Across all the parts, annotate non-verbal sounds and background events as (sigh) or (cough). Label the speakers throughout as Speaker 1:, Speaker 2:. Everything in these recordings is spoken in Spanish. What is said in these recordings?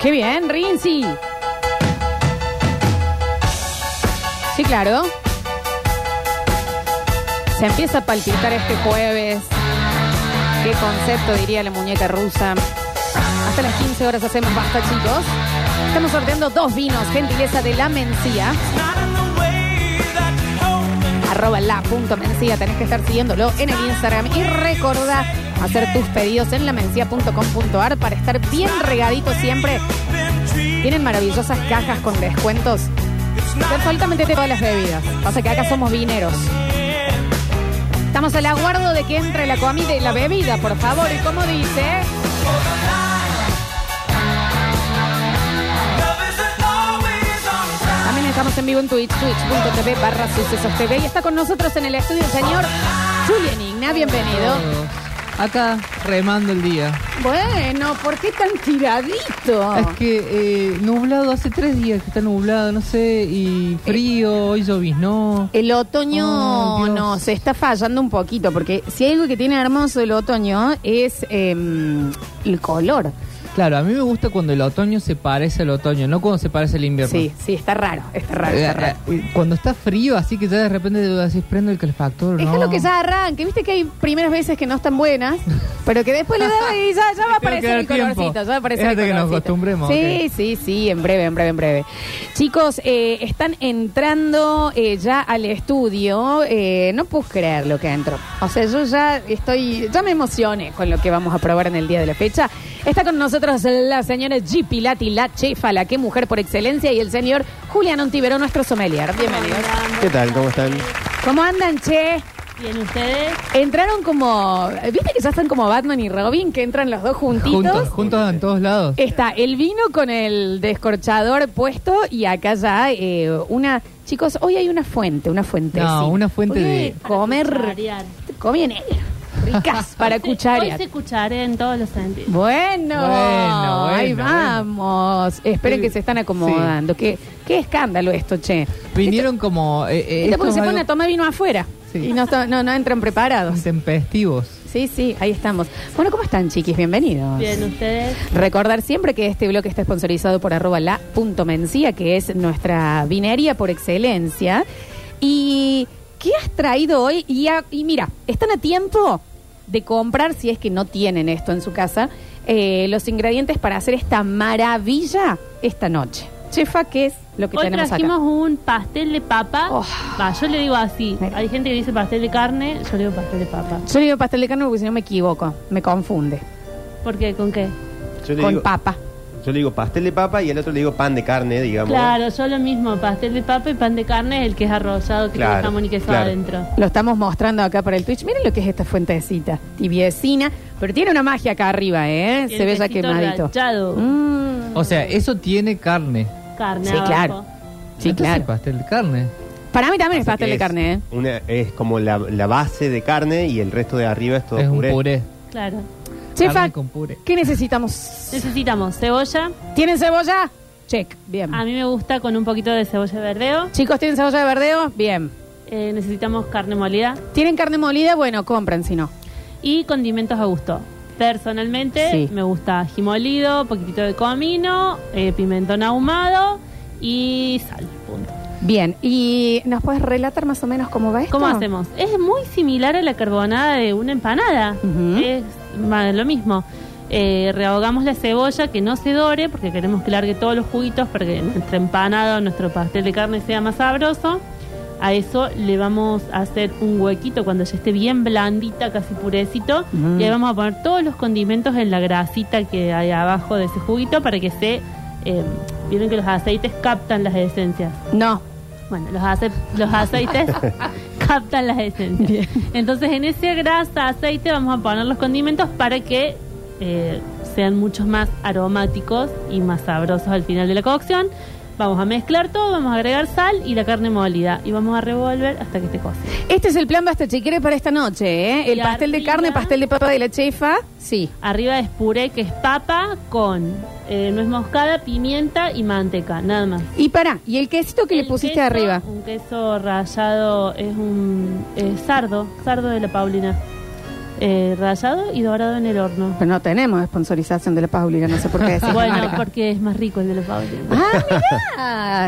Speaker 1: ¡Qué bien, Rinzi! Sí, claro. Se empieza a palpitar este jueves. ¿Qué concepto diría la muñeca rusa? Hasta las 15 horas hacemos basta, chicos. Estamos sorteando dos vinos, gentileza de la Mencía. Arroba la punto Mencía. Tenés que estar siguiéndolo en el Instagram. Y recordá hacer tus pedidos en lamencia.com.ar para estar bien regadito siempre. Tienen maravillosas cajas con descuentos de absolutamente todas las bebidas. Pasa que acá somos vineros. Estamos al aguardo de que entre la comida y la bebida, por favor. ¿Y como dice? También estamos en vivo en Twitch, twitch.tv barra sucesos TV. Y está con nosotros en el estudio el señor Julian Igna, bienvenido. Ah.
Speaker 2: Acá remando el día.
Speaker 1: Bueno, ¿por qué tan tiradito?
Speaker 2: Es que eh, nublado, hace tres días que está nublado, no sé, y frío, hoy lloviznó.
Speaker 1: El otoño
Speaker 2: Oh, Dios.
Speaker 1: nos está fallando un poquito, porque si hay algo que tiene hermoso el otoño es em, el color.
Speaker 2: Claro, a mí me gusta cuando el otoño se parece al otoño, no cuando se parece al invierno.
Speaker 1: Sí, sí, está raro, está raro,
Speaker 2: Eh,
Speaker 1: está
Speaker 2: eh,
Speaker 1: raro.
Speaker 2: eh, Cuando está frío, así que ya de repente te decís, prendo el calefactor.
Speaker 1: Déjalo
Speaker 2: no.
Speaker 1: que ya arranque, viste que hay primeras veces que no están
Speaker 2: (laughs)
Speaker 1: buenas, pero que después le da y ya, ya va a
Speaker 2: Tengo que
Speaker 1: aparecer
Speaker 2: dar
Speaker 1: el
Speaker 2: tiempo.
Speaker 1: colorcito, ya va a aparecer el
Speaker 2: Déjate que nos
Speaker 1: colorcito.
Speaker 2: acostumbremos,
Speaker 1: Sí,
Speaker 2: ok.
Speaker 1: sí, sí, en breve, en breve, en breve. Chicos, eh, están entrando eh, ya al estudio, eh, no puedo creer lo que entro. O sea, yo ya estoy, ya me emocioné con lo que vamos a probar en el día de la fecha. Está con nosotros la señora G. Pilati, la chefa, la que mujer por excelencia, y el señor Julián Ontivero, nuestro sommelier. Bienvenido.
Speaker 3: ¿Qué tal? ¿Cómo están?
Speaker 1: ¿Cómo andan, che?
Speaker 4: Bien, ustedes.
Speaker 1: Entraron como. ¿Viste que ya están como Batman y Robin? Que entran los dos juntitos.
Speaker 2: Juntos, juntos en todos lados.
Speaker 1: Está el vino con el descorchador puesto y acá ya eh, una. Chicos, hoy hay una fuente, una fuente.
Speaker 2: No, una fuente de-
Speaker 4: Para
Speaker 1: Comer.
Speaker 4: cucharear.
Speaker 1: Comida negra.
Speaker 4: (laughs)
Speaker 1: Ricas para
Speaker 4: Hoy se- Hoy
Speaker 1: cucharear.
Speaker 4: se cucharea en todos los sentidos.
Speaker 1: Bueno,
Speaker 2: Bueno,
Speaker 1: ahí
Speaker 2: bueno,
Speaker 1: vamos. Esperen
Speaker 2: Sí.
Speaker 1: que se están acomodando. Qué, qué escándalo esto, che.
Speaker 2: Vinieron como. eh, eh,
Speaker 1: Esto
Speaker 2: estos
Speaker 1: porque se
Speaker 2: algo-
Speaker 1: ponen a tomar vino afuera
Speaker 2: Sí.
Speaker 1: y no, to- no, no entran preparados.
Speaker 2: Tempestivos.
Speaker 1: Sí, sí, ahí estamos. Bueno, ¿cómo están, chiquis? Bienvenidos.
Speaker 4: Bien, ustedes.
Speaker 1: Recordar siempre que este bloque está sponsorizado por arroba la punto mencía, que es nuestra vinería por excelencia. ¿Y qué has traído hoy? Y, a- y mira, están a tiempo de comprar, si es que no tienen esto en su casa, eh, los ingredientes para hacer esta maravilla esta noche. Chefa, ¿qué es lo que
Speaker 4: Hoy
Speaker 1: tenemos
Speaker 4: trajimos
Speaker 1: acá?
Speaker 4: un pastel de papa.
Speaker 1: Oh.
Speaker 4: Va, yo le digo así.
Speaker 1: Mira.
Speaker 4: Hay gente que dice pastel de carne, yo le digo pastel de papa.
Speaker 1: Yo le digo pastel de carne porque si no me equivoco, me confunde.
Speaker 4: ¿Por qué? ¿Con qué?
Speaker 3: Yo le,
Speaker 1: Con
Speaker 3: digo,
Speaker 1: papa.
Speaker 3: yo le digo pastel de papa y al otro le digo pan de carne, digamos.
Speaker 4: Claro, yo lo mismo. Pastel de papa y pan de carne es el que es arrozado, que
Speaker 3: Claro,
Speaker 4: tiene jamón y queso
Speaker 3: claro.
Speaker 4: adentro.
Speaker 1: Lo estamos mostrando acá para el Twitch. Miren lo que es esta fuentecita, tibiecina, pero tiene una magia acá arriba, ¿eh?
Speaker 4: Y
Speaker 1: Se
Speaker 4: el
Speaker 1: ve ya
Speaker 4: quesito
Speaker 1: quemadito.
Speaker 4: rallado.
Speaker 1: Mm.
Speaker 2: O sea, eso tiene carne.
Speaker 4: Carne
Speaker 1: Sí,
Speaker 4: abajo.
Speaker 1: claro. Sí,
Speaker 2: Entonces,
Speaker 1: claro.
Speaker 2: pastel de carne.
Speaker 1: Para mí también es
Speaker 3: Así que
Speaker 1: pastel de
Speaker 3: es
Speaker 1: carne, ¿eh?
Speaker 3: Una, es como la, la base de carne y el resto de arriba es todo
Speaker 2: es
Speaker 3: puré.
Speaker 2: un puré.
Speaker 4: Claro.
Speaker 1: Chefa,
Speaker 2: Carne con puré.
Speaker 1: ¿qué necesitamos?
Speaker 4: Necesitamos cebolla.
Speaker 1: ¿Tienen cebolla? Check, bien.
Speaker 4: A mí me gusta con un poquito de cebolla verdeo.
Speaker 1: Chicos, ¿tienen cebolla de verdeo? Bien.
Speaker 4: Eh, necesitamos carne molida.
Speaker 1: ¿Tienen carne molida? Bueno, compren si no.
Speaker 4: y condimentos a gusto. Personalmente
Speaker 1: Sí.
Speaker 4: me gusta ají molido, poquitito de comino, eh, pimentón ahumado y sal. Punto.
Speaker 1: Bien, ¿y nos puedes relatar más o menos cómo va esto?
Speaker 4: ¿Cómo hacemos? Es muy similar a la carbonada de una empanada.
Speaker 1: Ujú.
Speaker 4: Es ma- lo mismo. Eh, rehogamos la cebolla que no se dore porque queremos que largue todos los juguitos para que nuestra empanada o nuestro pastel de carne sea más sabroso. A eso le vamos a hacer un huequito cuando ya esté bien blandita, casi purecito.
Speaker 1: Mm.
Speaker 4: Y ahí vamos a poner todos los condimentos en la grasita que hay abajo de ese juguito para que se... eh, Vieron que los aceites captan las esencias.
Speaker 1: No.
Speaker 4: Bueno, los, ace- los aceites captan las esencias.
Speaker 1: Bien.
Speaker 4: Entonces, en esa grasa, aceite, vamos a poner los condimentos para que eh, sean muchos más aromáticos y más sabrosos al final de la cocción. Vamos a mezclar todo, vamos a agregar sal y la carne molida. Y vamos a revolver hasta que esté cocida.
Speaker 1: Este es el plan Basta Chiquere para esta noche, ¿eh? El
Speaker 4: Y
Speaker 1: pastel de
Speaker 4: arriba-
Speaker 1: carne, pastel de papa de la chefa. Sí.
Speaker 4: Arriba es puré, que es papa con eh, nuez moscada, pimienta y manteca, nada más.
Speaker 1: Y para, ¿y el quesito que le
Speaker 4: El
Speaker 1: pusiste
Speaker 4: queso,
Speaker 1: arriba?
Speaker 4: Un queso rallado es un eh, sardo, sardo de la Paulina. eh, rallado y dorado en el horno.
Speaker 1: Pero no tenemos sponsorización de la Paulina, no sé por qué decimos
Speaker 4: Bueno,
Speaker 1: marca.
Speaker 4: porque es más rico el de la Paulina.
Speaker 1: Ah,
Speaker 4: (laughs)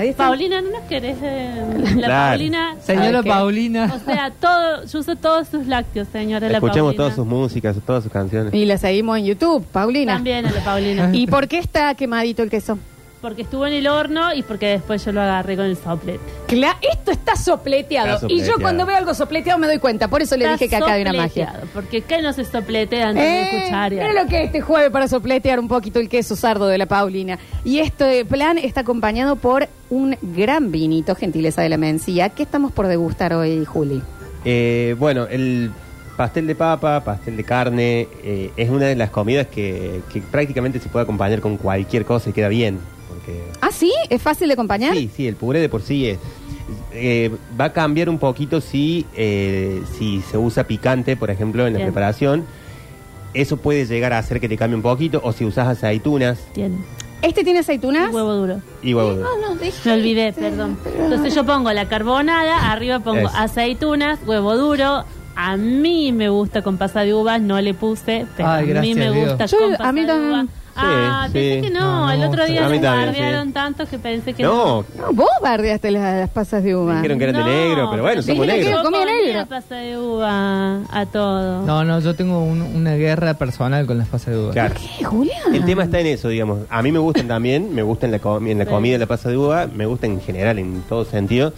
Speaker 1: mirá. Esta-
Speaker 4: Paulina, ¿no nos querés? eh, la
Speaker 3: Claro.
Speaker 4: Paulina.
Speaker 2: Señora
Speaker 1: qué?
Speaker 2: Paulina.
Speaker 4: O sea, todo, yo uso todos sus lácteos, señora la
Speaker 3: Escuchamos
Speaker 4: Paulina.
Speaker 3: todas sus músicas, todas sus canciones.
Speaker 1: Y la seguimos en YouTube, Paulina.
Speaker 4: También a la Paulina.
Speaker 1: (laughs) ¿Y por qué está quemadito el queso?
Speaker 4: Porque estuvo en el horno y porque después yo lo agarré con el soplete.
Speaker 1: Cla- esto está sopleteado.
Speaker 3: Está
Speaker 1: Y yo
Speaker 3: sopleteado.
Speaker 1: cuando veo algo sopleteado me doy cuenta. Por eso le
Speaker 4: Está
Speaker 1: dije que acá hay una magia.
Speaker 4: sopleteado, Porque acá no se sopletea antes de
Speaker 1: Eh,
Speaker 4: escuchar.
Speaker 1: mira lo que es este jueves para sopletear un poquito el queso sardo de la Paulina. Y este plan está acompañado por un gran vinito, gentileza de la Mencía. ¿Qué estamos por degustar hoy, Juli?
Speaker 3: Eh, bueno, el pastel de papa, pastel de carne, eh, es una de las comidas que, que prácticamente se puede acompañar con cualquier cosa y queda bien. Porque
Speaker 1: Ah, sí, es fácil de acompañar.
Speaker 3: Sí, sí, el puré de por sí es. eh, va a cambiar un poquito si, eh, si se usa picante, por ejemplo, en la
Speaker 4: Bien.
Speaker 3: preparación. Eso puede llegar a hacer que te cambie un poquito. O si usas aceitunas
Speaker 4: Tiene.
Speaker 1: Este tiene aceitunas.
Speaker 4: Y huevo duro.
Speaker 3: y huevo duro.
Speaker 1: Ah,
Speaker 4: Me olvidé, perdón. Entonces yo pongo la carbonada, arriba pongo
Speaker 3: Eso.
Speaker 4: aceitunas, huevo duro. A mí me gusta con pasa de uvas, no le puse, pero
Speaker 2: Ay,
Speaker 4: a mí
Speaker 2: gracias,
Speaker 4: me
Speaker 2: Dios.
Speaker 4: gusta
Speaker 1: Yo-
Speaker 4: con
Speaker 1: a
Speaker 4: pasa
Speaker 1: mí
Speaker 4: de uva.
Speaker 1: también.
Speaker 4: Ah,
Speaker 3: Sí,
Speaker 4: pensé
Speaker 3: sí.
Speaker 4: que no,
Speaker 2: No,
Speaker 4: el
Speaker 2: no,
Speaker 4: otro día
Speaker 3: a mí
Speaker 4: me
Speaker 3: también, sí.
Speaker 4: bardearon tanto que pensé que
Speaker 3: No,
Speaker 1: No, vos bardeaste las, las pasas de uva.
Speaker 3: dijeron que eran de negro, pero bueno, somos
Speaker 1: Dijeron que
Speaker 3: negros.
Speaker 1: era comida
Speaker 4: Yo ponía
Speaker 1: negra.
Speaker 4: pasa de uva a todo.
Speaker 2: No, no, yo tengo un- una guerra personal con las pasas de uva.
Speaker 3: Claro.
Speaker 1: ¿Qué, Julián?
Speaker 3: El tema está en eso, digamos. A mí me gustan también, me gusta en la, comi- en la
Speaker 4: Sí.
Speaker 3: comida la pasa de uva, me gusta en general, en todo sentido.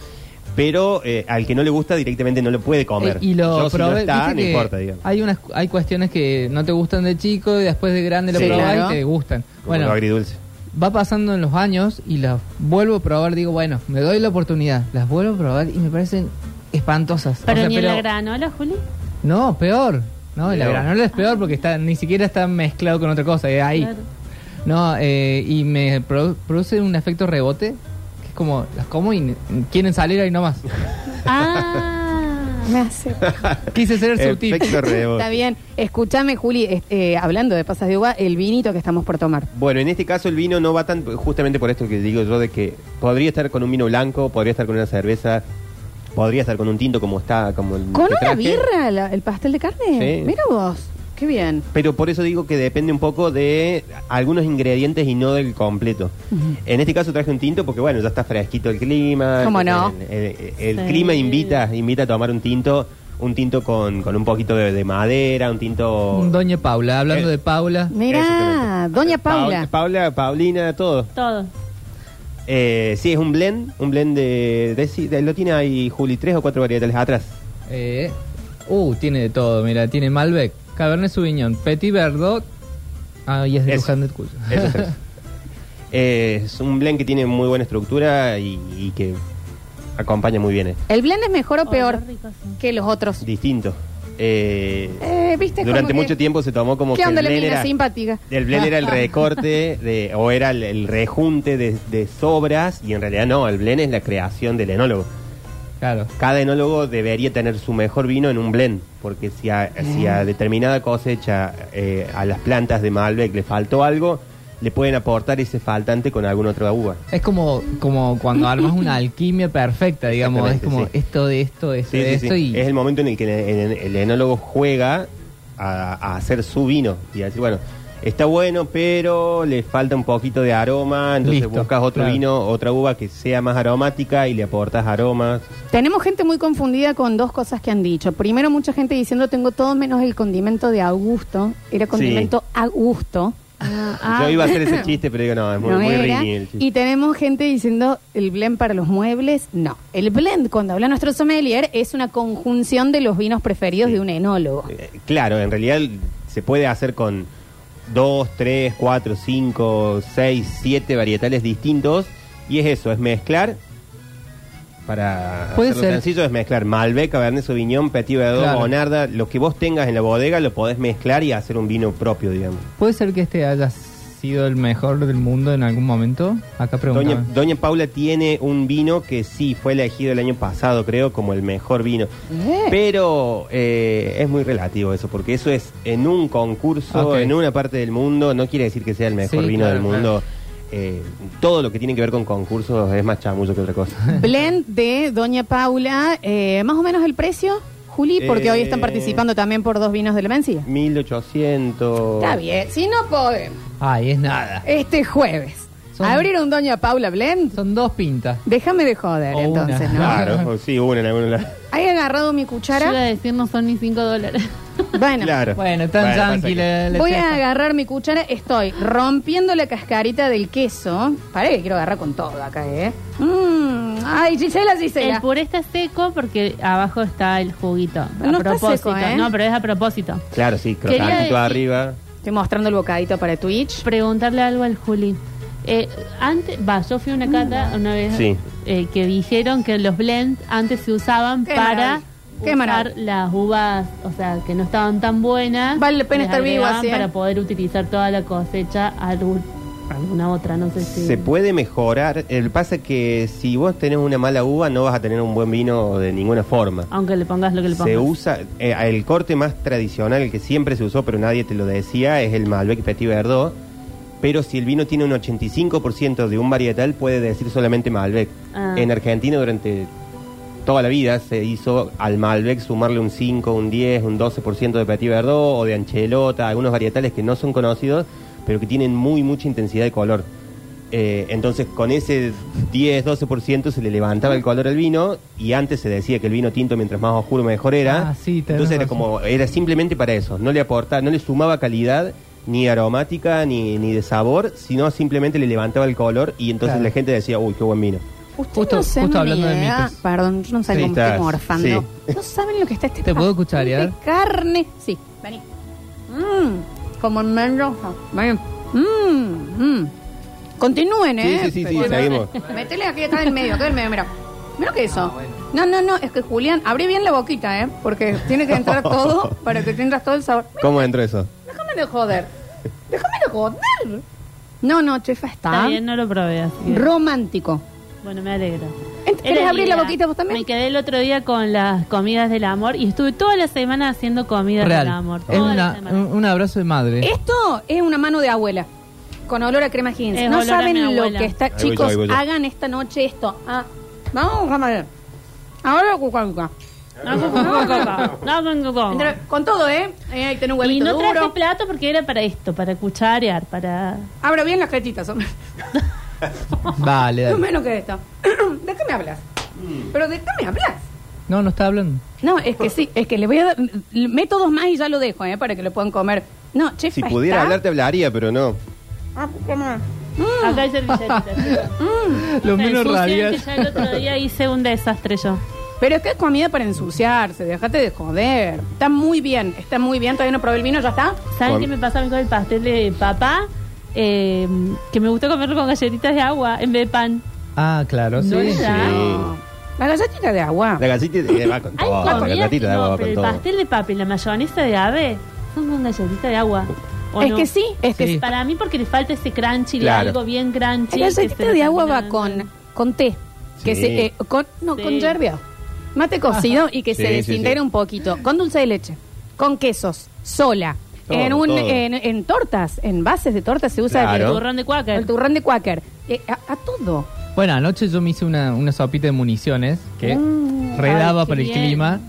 Speaker 3: Pero eh, al que no le gusta directamente no lo puede comer.
Speaker 2: Eh, y lo
Speaker 3: Yo, si no
Speaker 2: probé-
Speaker 3: está,
Speaker 2: viste
Speaker 3: no
Speaker 2: que Ah,
Speaker 3: importa, digamos.
Speaker 2: Hay, unas, hay cuestiones que no te gustan de chico y después de grande lo
Speaker 1: Sí,
Speaker 2: probás
Speaker 1: claro.
Speaker 2: y te gustan.
Speaker 3: Como
Speaker 2: Bueno,
Speaker 3: lo agridulce.
Speaker 2: va pasando en los años y las vuelvo a probar. Digo, bueno, me doy la oportunidad. Las vuelvo a probar y me parecen espantosas. O
Speaker 4: Pero
Speaker 2: sea,
Speaker 4: ni en la
Speaker 2: pero-
Speaker 4: granola,
Speaker 3: (laughs)
Speaker 4: Juli.
Speaker 2: No, peor. No, la
Speaker 3: Peor.
Speaker 2: granola es peor porque está, ni siquiera está mezclado con otra cosa. Es ahí.
Speaker 4: Claro.
Speaker 2: No, eh, y me pro- produce un efecto rebote que es como, las como y n- quieren salir ahí nomás.
Speaker 4: Ah.
Speaker 1: Me
Speaker 3: (laughs)
Speaker 1: hace.
Speaker 2: Quise ser el sutil.
Speaker 3: Efecto rebote.
Speaker 1: Está bien. Escúchame, Juli, es- eh, hablando de pasas de uva, el vinito que estamos por tomar.
Speaker 3: Bueno, en este caso el vino no va tan, justamente por esto que digo yo, de que podría estar con un vino blanco, podría estar con una cerveza, podría estar con un tinto como está, como el
Speaker 1: ¿Con
Speaker 3: que
Speaker 1: una
Speaker 3: traje.
Speaker 1: birra la- el pastel de carne?
Speaker 3: Sí.
Speaker 1: Mira vos, qué bien.
Speaker 3: Pero por eso digo que depende un poco de algunos ingredientes y no del completo. En este caso traje un tinto porque, bueno, ya está fresquito el clima.
Speaker 1: ¿Cómo no?
Speaker 3: El, el- el
Speaker 4: Sí.
Speaker 3: clima invita, invita a tomar un tinto, un tinto con, con un poquito de, de madera, un tinto...
Speaker 2: Doña Paula, hablando
Speaker 3: Eh.
Speaker 2: de Paula.
Speaker 1: Mira,
Speaker 3: Exactamente.
Speaker 1: doña
Speaker 3: Paul-
Speaker 1: Paula.
Speaker 3: Paula, Paulina, todo.
Speaker 4: Todo.
Speaker 3: Eh, sí, es un blend, un blend de, de- sí, de- Lo tiene ahí, Juli, tres o cuatro variedades atrás.
Speaker 2: Eh, uh, tiene de todo, mira, tiene Malbec, Cabernet Sauvignon, Petit Verdot. Ah, y es de
Speaker 3: Eso.
Speaker 2: Luján del Cuyo.
Speaker 3: Esos tres. Eh, es un blend que tiene muy buena estructura y, y que acompaña muy bien. eh.
Speaker 1: ¿El blend es mejor o
Speaker 4: Oh,
Speaker 1: peor
Speaker 4: qué rico, sí.
Speaker 1: que los otros?
Speaker 3: Distinto. Eh,
Speaker 1: Eh, ¿viste? Como
Speaker 3: durante
Speaker 1: que-
Speaker 3: mucho tiempo se tomó como
Speaker 1: ¿Qué
Speaker 3: que
Speaker 1: onda
Speaker 3: el
Speaker 1: la
Speaker 3: blend
Speaker 1: mina
Speaker 3: era,
Speaker 1: simpática?
Speaker 3: el blend
Speaker 1: ah.
Speaker 3: era el recorte de, o era el, el rejunte de, de sobras y en realidad no, el blend es la creación del enólogo.
Speaker 2: (laughs) Claro.
Speaker 3: Cada enólogo debería tener su mejor vino en un blend, porque si a, si a determinada cosecha eh, a las plantas de Malbec le faltó algo, le pueden aportar ese faltante con alguna otra uva.
Speaker 2: Es como, como cuando armas una alquimia perfecta, digamos. Es como
Speaker 3: Exactamente, sí.
Speaker 2: esto de esto, esto
Speaker 3: Sí,
Speaker 2: de
Speaker 3: sí, sí.
Speaker 2: esto. Y
Speaker 3: Es el momento en el que el, el- el enólogo juega a, a hacer su vino y a decir, bueno, está bueno, pero le falta un poquito de aroma, entonces
Speaker 2: Listo,
Speaker 3: buscas otro
Speaker 2: claro.
Speaker 3: vino, otra uva que sea más aromática y le aportas aromas.
Speaker 1: Tenemos gente muy confundida con dos cosas que han dicho. Primero, mucha gente diciendo tengo todo menos el condimento de Augusto. Era condimento a gusto.
Speaker 4: Ah,
Speaker 3: Yo
Speaker 1: (laughs)
Speaker 3: iba a hacer ese chiste, pero digo, no, es muy,
Speaker 1: no
Speaker 3: muy
Speaker 1: era.
Speaker 3: rini el chiste.
Speaker 1: Y tenemos gente diciendo el blend para los muebles. No. El blend, cuando habla nuestro sommelier, es una conjunción de los vinos preferidos
Speaker 3: Sí.
Speaker 1: de un enólogo.
Speaker 3: Eh, Claro, en realidad se puede hacer con dos, tres, cuatro, cinco, seis, siete varietales distintos. Y es eso, es mezclar. Para
Speaker 2: Puede
Speaker 3: hacerlo
Speaker 2: ser.
Speaker 3: sencillo es mezclar Malbec, Cabernet Sauvignon, Petit Verdot,
Speaker 2: Claro.
Speaker 3: Bonarda, lo que vos tengas en la bodega lo podés mezclar y hacer un vino propio, digamos.
Speaker 2: puede ser que este haya sido el mejor del mundo en algún momento. Acá
Speaker 3: Doña,
Speaker 2: preguntaban.
Speaker 3: Doña Paula tiene un vino que sí fue elegido el año pasado, creo, como el mejor vino.
Speaker 1: Eh.
Speaker 3: Pero eh, es muy relativo eso, porque eso es en un concurso,
Speaker 2: Ok.
Speaker 3: en una parte del mundo, no quiere decir que sea el mejor
Speaker 2: Sí,
Speaker 3: vino
Speaker 2: claro,
Speaker 3: del mundo. Eh, todo lo que tiene que ver
Speaker 1: (laughs)
Speaker 3: con concursos es más chamullo que otra cosa.
Speaker 1: Blend de Doña Paula, eh, más o menos el precio, Juli, porque
Speaker 3: Eh,
Speaker 1: hoy están participando también por dos vinos de la Mencía.
Speaker 3: 1800.
Speaker 1: Está bien, si no podemos,
Speaker 2: Ay, es nada.
Speaker 1: este jueves,
Speaker 2: Son-
Speaker 1: abrir un Doña Paula Blend,
Speaker 2: Son dos pintas.
Speaker 1: déjame de joder
Speaker 2: O Oh, una.
Speaker 1: entonces, ¿no?
Speaker 3: Claro, o sí, una en algún lado.
Speaker 1: ¿Hay agarrado mi
Speaker 4: Yo iba a
Speaker 1: cuchara?
Speaker 4: decir no son ni 5 dólares.
Speaker 1: Bueno,
Speaker 3: Claro.
Speaker 2: Bueno, tan
Speaker 3: Bueno, pasa
Speaker 2: yankee
Speaker 3: que-
Speaker 2: la, la
Speaker 1: voy a
Speaker 2: chefa.
Speaker 1: agarrar mi cuchara, estoy rompiendo la cascarita del queso. Para que quiero agarrar con todo acá, ¿eh? Mm, ay, Gisela,
Speaker 4: El
Speaker 1: Gisela.
Speaker 4: puré está seco porque abajo está el juguito. A
Speaker 1: No está
Speaker 4: propósito.
Speaker 1: seco, ¿eh?
Speaker 4: No, pero es a propósito.
Speaker 3: Claro, sí,
Speaker 4: Quería
Speaker 3: crocantito
Speaker 4: decir-
Speaker 3: arriba.
Speaker 1: Estoy mostrando el bocadito para Twitch.
Speaker 4: Preguntarle algo al Juli. Eh, antes, va, yo fui a
Speaker 1: Mm.
Speaker 4: una cata una vez
Speaker 3: Sí.
Speaker 4: eh, que dijeron que los blends antes se usaban
Speaker 1: Qué
Speaker 4: para
Speaker 1: maravilla. Qué
Speaker 4: usar
Speaker 1: maravilla.
Speaker 4: las uvas, o sea, que no estaban tan buenas.
Speaker 1: Vale la pena
Speaker 4: les
Speaker 1: estar vivo
Speaker 4: agregaban
Speaker 1: así, ¿eh?
Speaker 4: Para poder utilizar toda la cosecha algún- alguna otra, no sé si.
Speaker 3: Se puede mejorar. El pasa que si vos tenés una mala uva, no vas a tener un buen vino de ninguna forma.
Speaker 4: Aunque le pongas lo que le pongas.
Speaker 3: Se usa, eh, el corte más tradicional, el que siempre se usó, pero nadie te lo decía, es el Malbec Petit Verdot. Pero si el vino tiene un 85% de un varietal, puede decir solamente Malbec.
Speaker 4: Ah.
Speaker 3: En Argentina durante toda la vida se hizo al Malbec sumarle un 5, un 10, un 12% de Petit Verdot o de Anchelota, algunos varietales que no son conocidos, pero que tienen muy mucha intensidad de color. Eh, entonces con ese 10, 12% se le levantaba el color al vino y antes se decía que el vino tinto mientras más oscuro mejor era.
Speaker 2: Ah, sí, tenés
Speaker 3: entonces era
Speaker 2: razón.
Speaker 3: como era simplemente para eso, no le aportaba, no le sumaba calidad ni aromática ni, ni de sabor, sino simplemente le levantaba el color y entonces
Speaker 2: Claro.
Speaker 3: la gente decía, "Uy, qué buen vino."
Speaker 1: Usted
Speaker 2: Justo-
Speaker 1: no se
Speaker 2: justo
Speaker 1: dan
Speaker 2: hablando de
Speaker 1: idea.
Speaker 2: mitos.
Speaker 1: Perdón, yo no sé
Speaker 3: Sí,
Speaker 1: cómo me
Speaker 3: estás,
Speaker 1: estoy morfando.
Speaker 3: sí.
Speaker 1: No saben lo que está este
Speaker 2: ¿Te puedo
Speaker 1: pastel
Speaker 2: cucharear?
Speaker 1: De carne. Sí, vení. Mm, como en Mendoza. Vení. Mm, mm. Continúen, ¿eh?
Speaker 3: Sí, sí, sí, sí,
Speaker 1: Pero-
Speaker 3: seguimos.
Speaker 1: Métele aquí acá en medio, acá en medio, mira. Mira que eso.
Speaker 2: Ah,
Speaker 1: No, no, no, es que Julián, abre bien la boquita, ¿eh? Porque tiene que entrar todo para que tengas todo el sabor. Mira,
Speaker 3: ¿Cómo entró eso?
Speaker 1: déjame de joder. Déjame de joder. No, no, chefa, está,
Speaker 4: Está bien, no lo probé. así que-
Speaker 1: romántico.
Speaker 4: Bueno, me alegro.
Speaker 1: Ent- ¿querés
Speaker 4: Era
Speaker 1: abrir la
Speaker 4: idea.
Speaker 1: boquita vos también?
Speaker 4: Me quedé el otro día con las comidas del amor y estuve toda la semana haciendo comidas
Speaker 2: Real.
Speaker 4: del amor.
Speaker 2: Es
Speaker 4: Toda la
Speaker 2: una-
Speaker 4: semana.
Speaker 2: un, un abrazo de madre.
Speaker 1: Esto es una mano de abuela. Con olor a crema jeans.
Speaker 4: Es
Speaker 1: no
Speaker 4: olor a mi
Speaker 1: saben lo
Speaker 4: abuela.
Speaker 1: que está.
Speaker 3: Ahí voy yo,
Speaker 1: Chicos,
Speaker 3: ahí voy yo.
Speaker 1: hagan esta noche esto. Ah, vamos, vamos a ver. Ahora cucaruca.
Speaker 4: No, con Coca-Cola. No, con Coca-Cola.
Speaker 1: Oh. Entra- Con todo, ¿eh? Eh, Hay que tener un
Speaker 4: Y
Speaker 1: huevito
Speaker 4: no traje
Speaker 1: duro.
Speaker 4: plato porque era para esto, para cucharear, para...
Speaker 1: Abra bien las jetitas, hombre.
Speaker 2: Vale,
Speaker 1: No
Speaker 2: dale.
Speaker 1: menos que esto. (clears throat) ¿De qué me hablas?
Speaker 3: Mm.
Speaker 1: ¿Pero de qué me hablas?
Speaker 2: No, no está hablando.
Speaker 1: No, es que sí, es que le voy a dar. Meto dos más y ya lo dejo, ¿eh? Para que lo puedan comer. No, chef.
Speaker 3: Si pudiera hablar te hablaría, pero no.
Speaker 4: Acá
Speaker 1: (laughs)
Speaker 4: hay servilletas.
Speaker 2: Lo menos
Speaker 4: que
Speaker 2: rabias.
Speaker 4: ya el otro día hice un desastre yo.
Speaker 1: Pero es que es comida para ensuciarse, déjate de joder. Está muy bien, está muy bien. Todavía no probé el vino, ya está.
Speaker 4: ¿Saben
Speaker 3: Con-
Speaker 4: qué me pasa a mí con el pastel de papá? Eh, que me gusta comerlo con galletitas de agua en vez de pan.
Speaker 2: Ah, claro, sí.
Speaker 4: No era.
Speaker 1: No. La galletita de agua.
Speaker 3: La gatita eh, va con
Speaker 4: Hay
Speaker 3: todo. La
Speaker 4: comidas
Speaker 3: gatita
Speaker 4: que
Speaker 3: de
Speaker 4: no,
Speaker 3: agua va
Speaker 4: pero
Speaker 3: con
Speaker 4: el
Speaker 3: todo.
Speaker 4: pastel de papa y la mayonesa de ave son con galletita de agua. ¿o
Speaker 1: Es
Speaker 4: no?
Speaker 1: que sí, es que
Speaker 2: Sí.
Speaker 1: sí.
Speaker 4: Para mí porque le falta ese crunchy, le
Speaker 3: Claro.
Speaker 4: algo bien crunchy.
Speaker 1: La
Speaker 4: que
Speaker 1: galletita
Speaker 4: se
Speaker 1: de
Speaker 4: le
Speaker 1: agua
Speaker 4: termina
Speaker 1: va
Speaker 4: dando
Speaker 1: con, con té. Que
Speaker 3: Sí.
Speaker 1: se, eh, con, no,
Speaker 4: Sí.
Speaker 1: con yerba. Mate cocido y que se
Speaker 3: Sí, sí,
Speaker 1: desintegre
Speaker 3: sí.
Speaker 1: un poquito. Con dulce de leche. Con quesos. Sola.
Speaker 3: Todo,
Speaker 1: en, un,
Speaker 3: todo.
Speaker 1: en, en tortas. En bases de tortas se usa
Speaker 4: El
Speaker 3: Claro.
Speaker 4: turrón de cuáquer.
Speaker 1: el, el turrón de cuáquer. Eh, a, a todo.
Speaker 2: Bueno, anoche yo me hice una, una sopita de municiones que
Speaker 1: Mm,
Speaker 2: redaba
Speaker 4: Uh, ay, qué
Speaker 2: para el
Speaker 4: bien.
Speaker 2: clima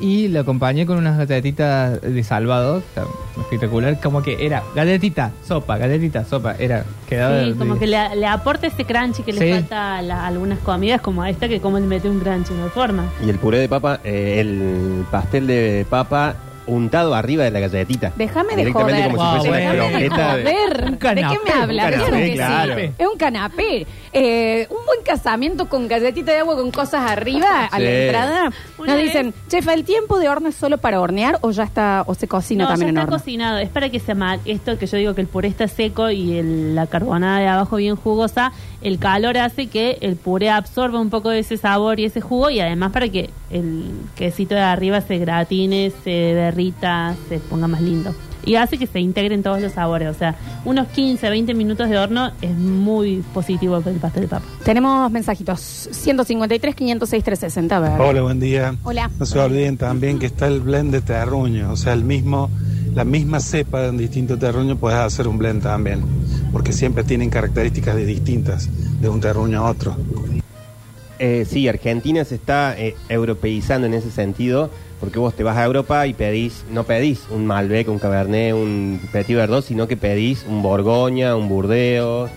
Speaker 2: y la acompañé con unas galletitas de salvado, está espectacular, como que era galletita, sopa, galletita, sopa, era
Speaker 3: Ah,
Speaker 2: quedaba
Speaker 4: Sí,
Speaker 2: de-
Speaker 4: como que le, le aporta ese crunchy que
Speaker 2: Sí.
Speaker 4: le falta a la- algunas comidas, como a esta que como le mete un crunchy, no hay forma.
Speaker 3: Y el puré de papa, eh, el pastel de papa untado arriba de la galletita.
Speaker 1: Déjame de
Speaker 3: Directamente
Speaker 1: joder.
Speaker 3: como si fuese
Speaker 2: Wow,
Speaker 3: una
Speaker 1: Déjame de
Speaker 3: croqueta de-
Speaker 1: joder.
Speaker 2: Un
Speaker 1: ¿De
Speaker 2: canapé,
Speaker 1: qué me hablas?
Speaker 3: un
Speaker 1: Claro
Speaker 3: canapé,
Speaker 1: que sí.
Speaker 3: claro.
Speaker 1: Es un canapé. Eh, un buen casamiento con galletita de agua con cosas arriba a la
Speaker 3: Sí.
Speaker 1: entrada.
Speaker 4: Una
Speaker 1: Nos
Speaker 4: vez-
Speaker 1: dicen, chefa, ¿el tiempo de horno es solo para hornear o ya está, o se cocina
Speaker 4: no,
Speaker 1: también
Speaker 4: ya
Speaker 1: en
Speaker 4: está
Speaker 1: horno?
Speaker 4: cocinado. Es para que se mal. Esto que yo digo que el puré está seco y el- la carbonada de abajo bien jugosa, el calor hace que el puré absorba un poco de ese sabor y ese jugo y además para que el quesito de arriba se gratine, se derrita, se ponga más lindo. Y hace que se integren todos los sabores. O sea, unos 15, 20 minutos de horno es muy positivo para el pastel de papa.
Speaker 1: Tenemos mensajitos. 153, 506, 360. A ver.
Speaker 5: Hola, buen día.
Speaker 1: Hola.
Speaker 5: No se olviden también que está el blend de terruño, o sea, el mismo, la misma cepa en distinto terruño puedes hacer un blend también, porque siempre tienen características de distintas de un terruño a otro.
Speaker 3: Eh, sí, Argentina se está eh, europeizando en ese sentido, Porque vos te vas a Europa y pedís, no pedís un Malbec, un Cabernet, un Petit Verdot, sino que pedís un Borgoña, un Burdeos,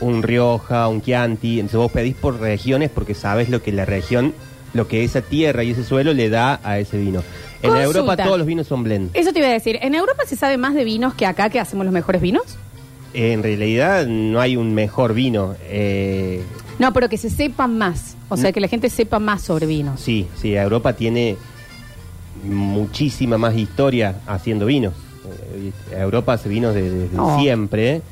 Speaker 3: un Rioja, un Chianti. Entonces vos pedís por regiones porque sabes lo que la región, lo que esa tierra y ese suelo le da a ese vino. En
Speaker 1: Consulta.
Speaker 3: Europa todos los vinos son blend.
Speaker 1: Eso te iba a decir. ¿En Europa se sabe más de vinos que acá que hacemos los mejores vinos?
Speaker 3: En realidad no hay un mejor vino. Eh,
Speaker 1: No, pero que se sepa más. O
Speaker 3: Mm.
Speaker 1: sea, que la gente sepa más sobre vinos.
Speaker 3: sí, sí, Europa tiene muchísima más historia haciendo vinos. Eh, Europa hace vinos desde, desde
Speaker 1: No.
Speaker 3: siempre.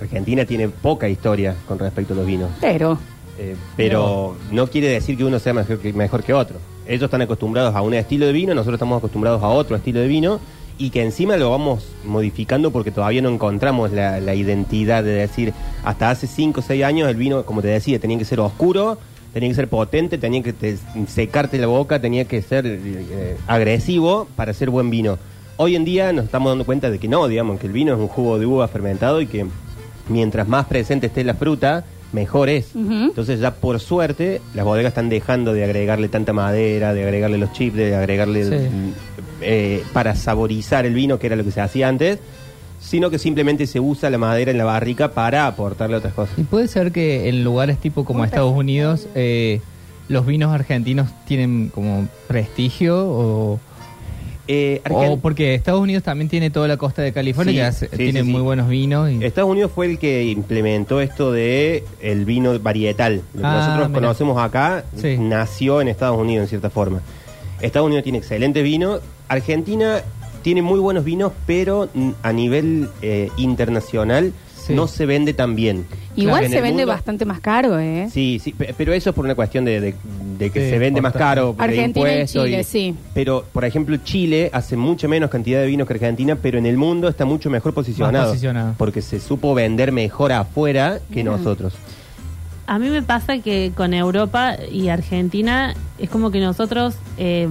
Speaker 3: Argentina tiene poca historia con respecto a los vinos.
Speaker 1: Pero,
Speaker 3: Eh, pero no quiere decir que uno sea mejor que, mejor que otro. Ellos están acostumbrados a un estilo de vino, nosotros estamos acostumbrados a otro estilo de vino y que encima lo vamos modificando porque todavía no encontramos la, la identidad de decir, hasta hace 5 o 6 años el vino, como te decía, tenía que ser oscuro, tenía que ser potente, tenía que te- secarte la boca, tenía que ser eh, agresivo para ser buen vino. Hoy en día nos estamos dando cuenta de que no, digamos, que el vino es un jugo de uva fermentado y que mientras más presente esté la fruta, mejor es. Entonces ya por suerte las bodegas están dejando de agregarle tanta madera, de agregarle los chips, de agregarle
Speaker 2: Sí.
Speaker 3: mm, eh, para saborizar el vino, que era lo que se hacía antes, sino que simplemente se usa la madera en la barrica para aportarle otras cosas.
Speaker 2: Y puede ser que en lugares tipo como Estados Unidos eh, los vinos argentinos tienen como prestigio o,
Speaker 3: Eh,
Speaker 2: o
Speaker 3: Argen-
Speaker 2: porque Estados Unidos también tiene toda la costa de California
Speaker 3: Sí,
Speaker 2: que hace-
Speaker 3: sí,
Speaker 2: tiene
Speaker 3: sí, sí.
Speaker 2: muy buenos vinos. y-
Speaker 3: Estados Unidos fue el que implementó esto de el vino varietal. Lo que
Speaker 2: Ah,
Speaker 3: nosotros
Speaker 2: mira.
Speaker 3: conocemos acá
Speaker 2: Sí.
Speaker 3: nació en Estados Unidos en cierta forma. Estados Unidos tiene excelente vino. Argentina tiene muy buenos vinos, pero mm, a nivel eh, internacional
Speaker 2: Sí.
Speaker 3: no se vende tan bien.
Speaker 1: igual
Speaker 3: En el
Speaker 1: se vende
Speaker 3: mundo-
Speaker 1: bastante más caro, ¿eh?
Speaker 3: Sí, sí, pe- pero eso es por una cuestión de, de- de que
Speaker 2: Sí,
Speaker 3: se vende más caro, de
Speaker 1: Argentina y
Speaker 3: impuestos
Speaker 1: Chile, sí.
Speaker 3: Pero, por ejemplo, Chile hace mucho menos cantidad de vino que Argentina, pero en el mundo está mucho mejor posicionado.
Speaker 2: posicionado.
Speaker 3: Porque se supo vender mejor afuera que nosotros.
Speaker 4: A mí me pasa que con Europa y Argentina es como que nosotros, eh,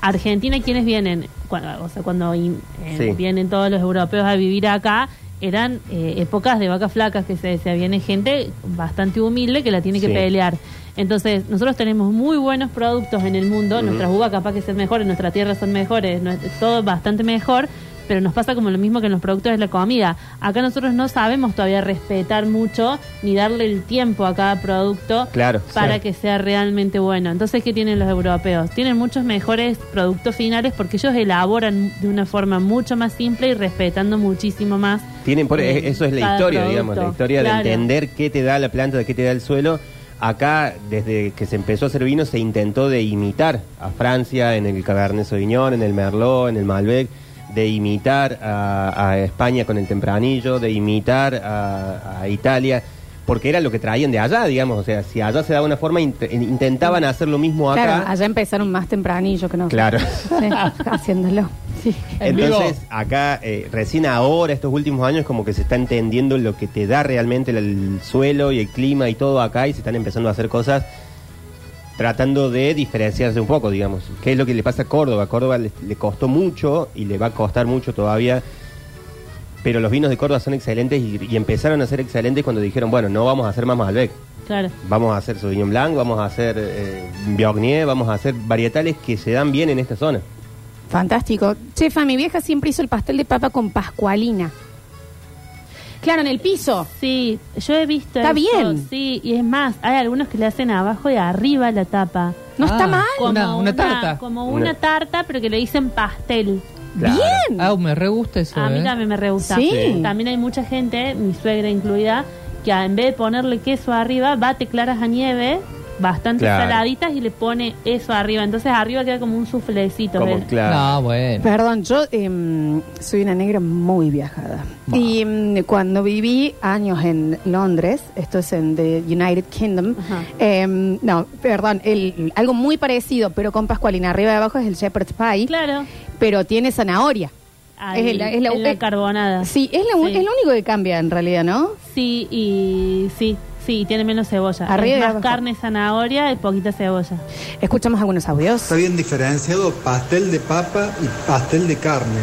Speaker 4: Argentina, quienes vienen, cuando, o sea, cuando in- eh,
Speaker 3: Sí.
Speaker 4: vienen todos los europeos a vivir acá, eran eh, épocas de vacas flacas que se decía, viene gente bastante humilde que la tiene que
Speaker 3: Sí.
Speaker 4: pelear. Entonces, nosotros tenemos muy buenos productos en el mundo, nuestras uvas capaz que son mejores, nuestras tierras son mejores, nue- todo bastante mejor, pero nos pasa como lo mismo que en los productos de la comida. Acá nosotros no sabemos todavía respetar mucho ni darle el tiempo a cada producto
Speaker 3: Claro,
Speaker 4: para
Speaker 3: sí.
Speaker 4: que sea realmente bueno. Entonces, ¿qué tienen los europeos? Tienen muchos mejores productos finales porque ellos elaboran de una forma mucho más simple y respetando muchísimo más.
Speaker 3: Tienen por,
Speaker 4: eh,
Speaker 3: e- eso es la
Speaker 4: cada
Speaker 3: historia,
Speaker 4: producto.
Speaker 3: digamos, la historia
Speaker 4: Claro.
Speaker 3: de entender qué te da la planta, de qué te da el suelo. Acá, desde que se empezó a hacer vino, se intentó de imitar a Francia en el Cabernet Sauvignon, en el Merlot, en el Malbec, de imitar a, a España con el Tempranillo, de imitar a, a Italia, porque era lo que traían de allá, digamos. O sea, si allá se daba una forma, int- intentaban hacer lo mismo acá.
Speaker 1: Claro, allá empezaron más tempranillo que nosotros.
Speaker 3: Claro.
Speaker 1: Sí, haciéndolo. Sí.
Speaker 2: En vivo.
Speaker 3: Entonces, acá, eh, recién ahora, estos últimos años, como que se está entendiendo lo que te da realmente el, el suelo y el clima y todo acá, y se están empezando a hacer cosas tratando de diferenciarse un poco, digamos. ¿Qué es lo que le pasa a Córdoba? A Córdoba le, le costó mucho y le va a costar mucho todavía. Pero los vinos de Córdoba son excelentes y, y empezaron a ser excelentes cuando dijeron, bueno, no vamos a hacer más Malbec.
Speaker 4: Claro.
Speaker 3: Vamos a hacer Sauvignon Blanc, vamos a hacer eh, Viognier, vamos a hacer varietales que se dan bien en esta zona.
Speaker 1: Fantástico. Chefa, mi vieja siempre hizo el pastel de papa con pascualina. Claro, en el piso.
Speaker 4: Sí, yo he visto.
Speaker 1: Está
Speaker 4: eso,
Speaker 1: bien.
Speaker 4: Sí, y es más, hay algunos que le hacen abajo y arriba la tapa.
Speaker 1: No está
Speaker 2: Ah,
Speaker 1: mal.
Speaker 4: Como
Speaker 2: Una- una tarta.
Speaker 4: Como
Speaker 3: Una-
Speaker 4: una tarta, pero que le dicen pastel.
Speaker 1: Bien.
Speaker 2: Ah, me re gusta eso.
Speaker 4: A mí
Speaker 2: eh.
Speaker 4: también me re gusta.
Speaker 1: Sí. Sí.
Speaker 4: También hay mucha gente, mi suegra incluida, que en vez de ponerle queso arriba, bate claras a nieve, bastante
Speaker 3: Claro.
Speaker 4: saladitas, y le pone eso arriba. Entonces arriba queda como un suflecito.
Speaker 3: Como,
Speaker 4: ¿ves?
Speaker 3: claro.
Speaker 2: No,
Speaker 1: (laughs)
Speaker 2: bueno.
Speaker 1: Perdón, yo em, soy una negra muy viajada. Y em, cuando viví años en Londres, esto es en the United Kingdom,
Speaker 4: Ajá.
Speaker 1: em, no, perdón, el- algo muy parecido, pero con pascualina arriba y abajo es el shepherd's pie,
Speaker 4: Claro.
Speaker 1: pero tiene zanahoria.
Speaker 4: Ahí,
Speaker 1: Es la- es la-
Speaker 4: en la
Speaker 1: eh,
Speaker 4: carbonada.
Speaker 1: Sí, es, la, un-
Speaker 4: Sí.
Speaker 1: es lo único que cambia en realidad, ¿no?
Speaker 4: Sí, y sí, sí, y tiene menos cebolla.
Speaker 1: Arriba y
Speaker 4: Es
Speaker 1: abajo.
Speaker 4: más carne, zanahoria y poquita cebolla.
Speaker 1: Escuchamos algunos audios.
Speaker 6: Está bien diferenciado pastel de papa y pastel de carne.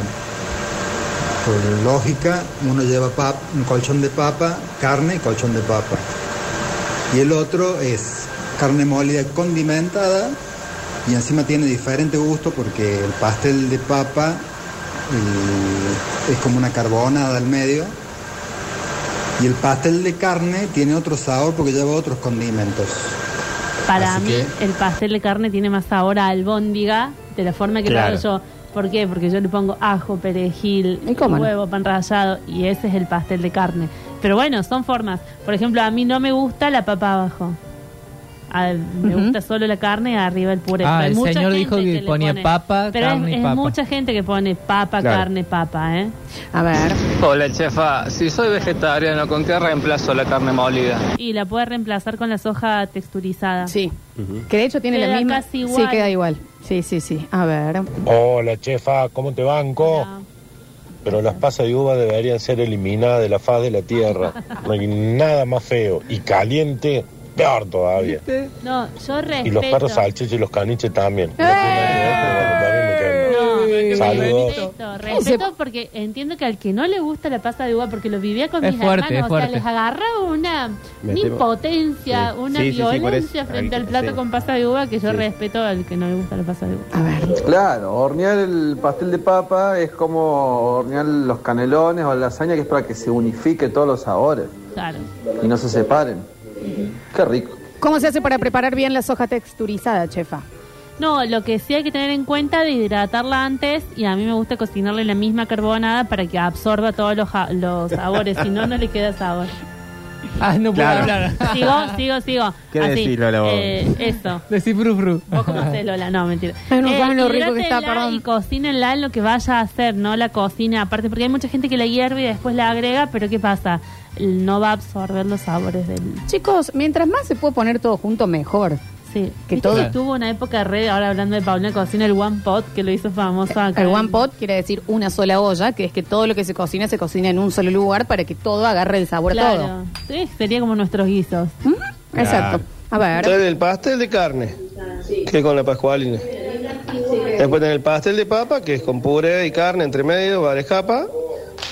Speaker 6: Por lógica, uno lleva pap- un colchón de papa, carne y colchón de papa. Y el otro es carne molida condimentada y encima tiene diferente gusto porque el pastel de papa eh, es como una carbonada al medio y el pastel de carne tiene otro sabor porque lleva otros condimentos.
Speaker 4: Para
Speaker 6: Así
Speaker 4: mí,
Speaker 6: que-
Speaker 4: el pastel de carne tiene más sabor a albóndiga de la forma que
Speaker 3: Claro.
Speaker 4: lo hago yo. ¿Por qué? Porque yo le pongo ajo, perejil,
Speaker 1: ¿Y cómo no?
Speaker 4: huevo, pan rallado y ese es el pastel de carne. Pero bueno, son formas. Por ejemplo, a mí no me gusta la papa abajo. A- me
Speaker 1: Ujú.
Speaker 4: gusta solo la carne y arriba el puré.
Speaker 2: Ah,
Speaker 4: Pero hay
Speaker 2: el
Speaker 4: mucha
Speaker 2: señor
Speaker 4: gente
Speaker 2: dijo que
Speaker 4: le
Speaker 2: ponía
Speaker 4: pone-
Speaker 2: papa,
Speaker 4: Pero
Speaker 2: carne y
Speaker 4: es, es
Speaker 2: papa.
Speaker 4: mucha gente que pone papa,
Speaker 3: Claro.
Speaker 4: carne, papa, ¿eh?
Speaker 1: A ver.
Speaker 7: Hola chefa, si soy vegetariano, ¿con qué reemplazo la carne molida?
Speaker 4: Y la puedes reemplazar con la soja texturizada.
Speaker 1: Sí. Que de hecho tiene la
Speaker 4: Queda
Speaker 1: misma.
Speaker 4: casi igual.
Speaker 1: Sí, queda igual. Sí, sí, sí. A ver.
Speaker 8: Hola, chefa, ¿cómo te banco?
Speaker 4: Ah.
Speaker 8: Pero las pasas de uva deberían ser eliminadas de la faz de la tierra. No hay nada más feo. Y caliente, peor todavía.
Speaker 4: No, yo respeto.
Speaker 8: Y los perros salchichas y los caniches también. No tiene nada que ver, pero bueno, también me
Speaker 4: No,
Speaker 8: quedan. Saludos.
Speaker 4: respeto, respeto porque entiendo que al que no le gusta la pasta de uva, porque lo vivía con
Speaker 2: Es
Speaker 4: mis
Speaker 2: fuerte, es
Speaker 4: hermanos, o sea,
Speaker 2: fuerte.
Speaker 4: les agarraba una,
Speaker 3: Me
Speaker 4: una
Speaker 3: temo-
Speaker 4: impotencia,
Speaker 3: Sí.
Speaker 4: una
Speaker 3: Sí, sí, sí, por eso.
Speaker 4: violencia frente
Speaker 3: Ahí,
Speaker 4: al plato
Speaker 3: sí.
Speaker 4: con pasta de uva que yo
Speaker 3: Sí.
Speaker 4: respeto al que no le gusta la pasta de uva.
Speaker 1: A ver.
Speaker 9: Claro, hornear el pastel de papa es como hornear los canelones o la lasaña, que es para que se unifique todos los sabores
Speaker 4: Claro.
Speaker 9: y no se separen. Qué rico.
Speaker 1: ¿Cómo se hace para preparar bien la soja texturizada, chefa?
Speaker 4: No, lo que sí hay que tener en cuenta de hidratarla antes y a mí me gusta cocinarle la misma carbonada para que absorba todos los, ja- los sabores, si no, no le queda sabor.
Speaker 2: Ah, no puedo
Speaker 3: Claro.
Speaker 2: hablar.
Speaker 4: Sigo, sigo, sigo.
Speaker 3: ¿Qué
Speaker 4: Así,
Speaker 3: decís, Lola, vos?
Speaker 4: eh, Eso.
Speaker 2: Decí fru, fru.
Speaker 4: ¿Vos cómo
Speaker 1: (laughs)
Speaker 4: hacés, Lola? No, mentira.
Speaker 1: Ay, no saben lo rico que está,
Speaker 4: hidrátenla
Speaker 1: perdón.
Speaker 4: Y cocínenla en lo que vaya a hacer, no la cocina aparte, porque hay mucha gente que la hierve y después la agrega, pero ¿qué pasa? No va a absorber los sabores del...
Speaker 1: Chicos, mientras más se puede poner todo junto, mejor.
Speaker 4: Sí.
Speaker 1: Que
Speaker 4: ¿Viste
Speaker 1: todo-
Speaker 4: tuvo una época re, ahora hablando de Paulina Cocina, el One Pot, que lo hizo famoso acá.
Speaker 1: El one pot quiere decir una sola olla, que es que todo lo que se cocina se cocina en un solo lugar para que todo agarre el sabor a todo.
Speaker 4: Claro. Sí, sería como nuestros guisos.
Speaker 1: ¿Mm? Exacto. A ver.
Speaker 7: el pastel de carne, que es con la pascualina. Después tenés el pastel de papa, que es con puré y carne entre medio, varias capas.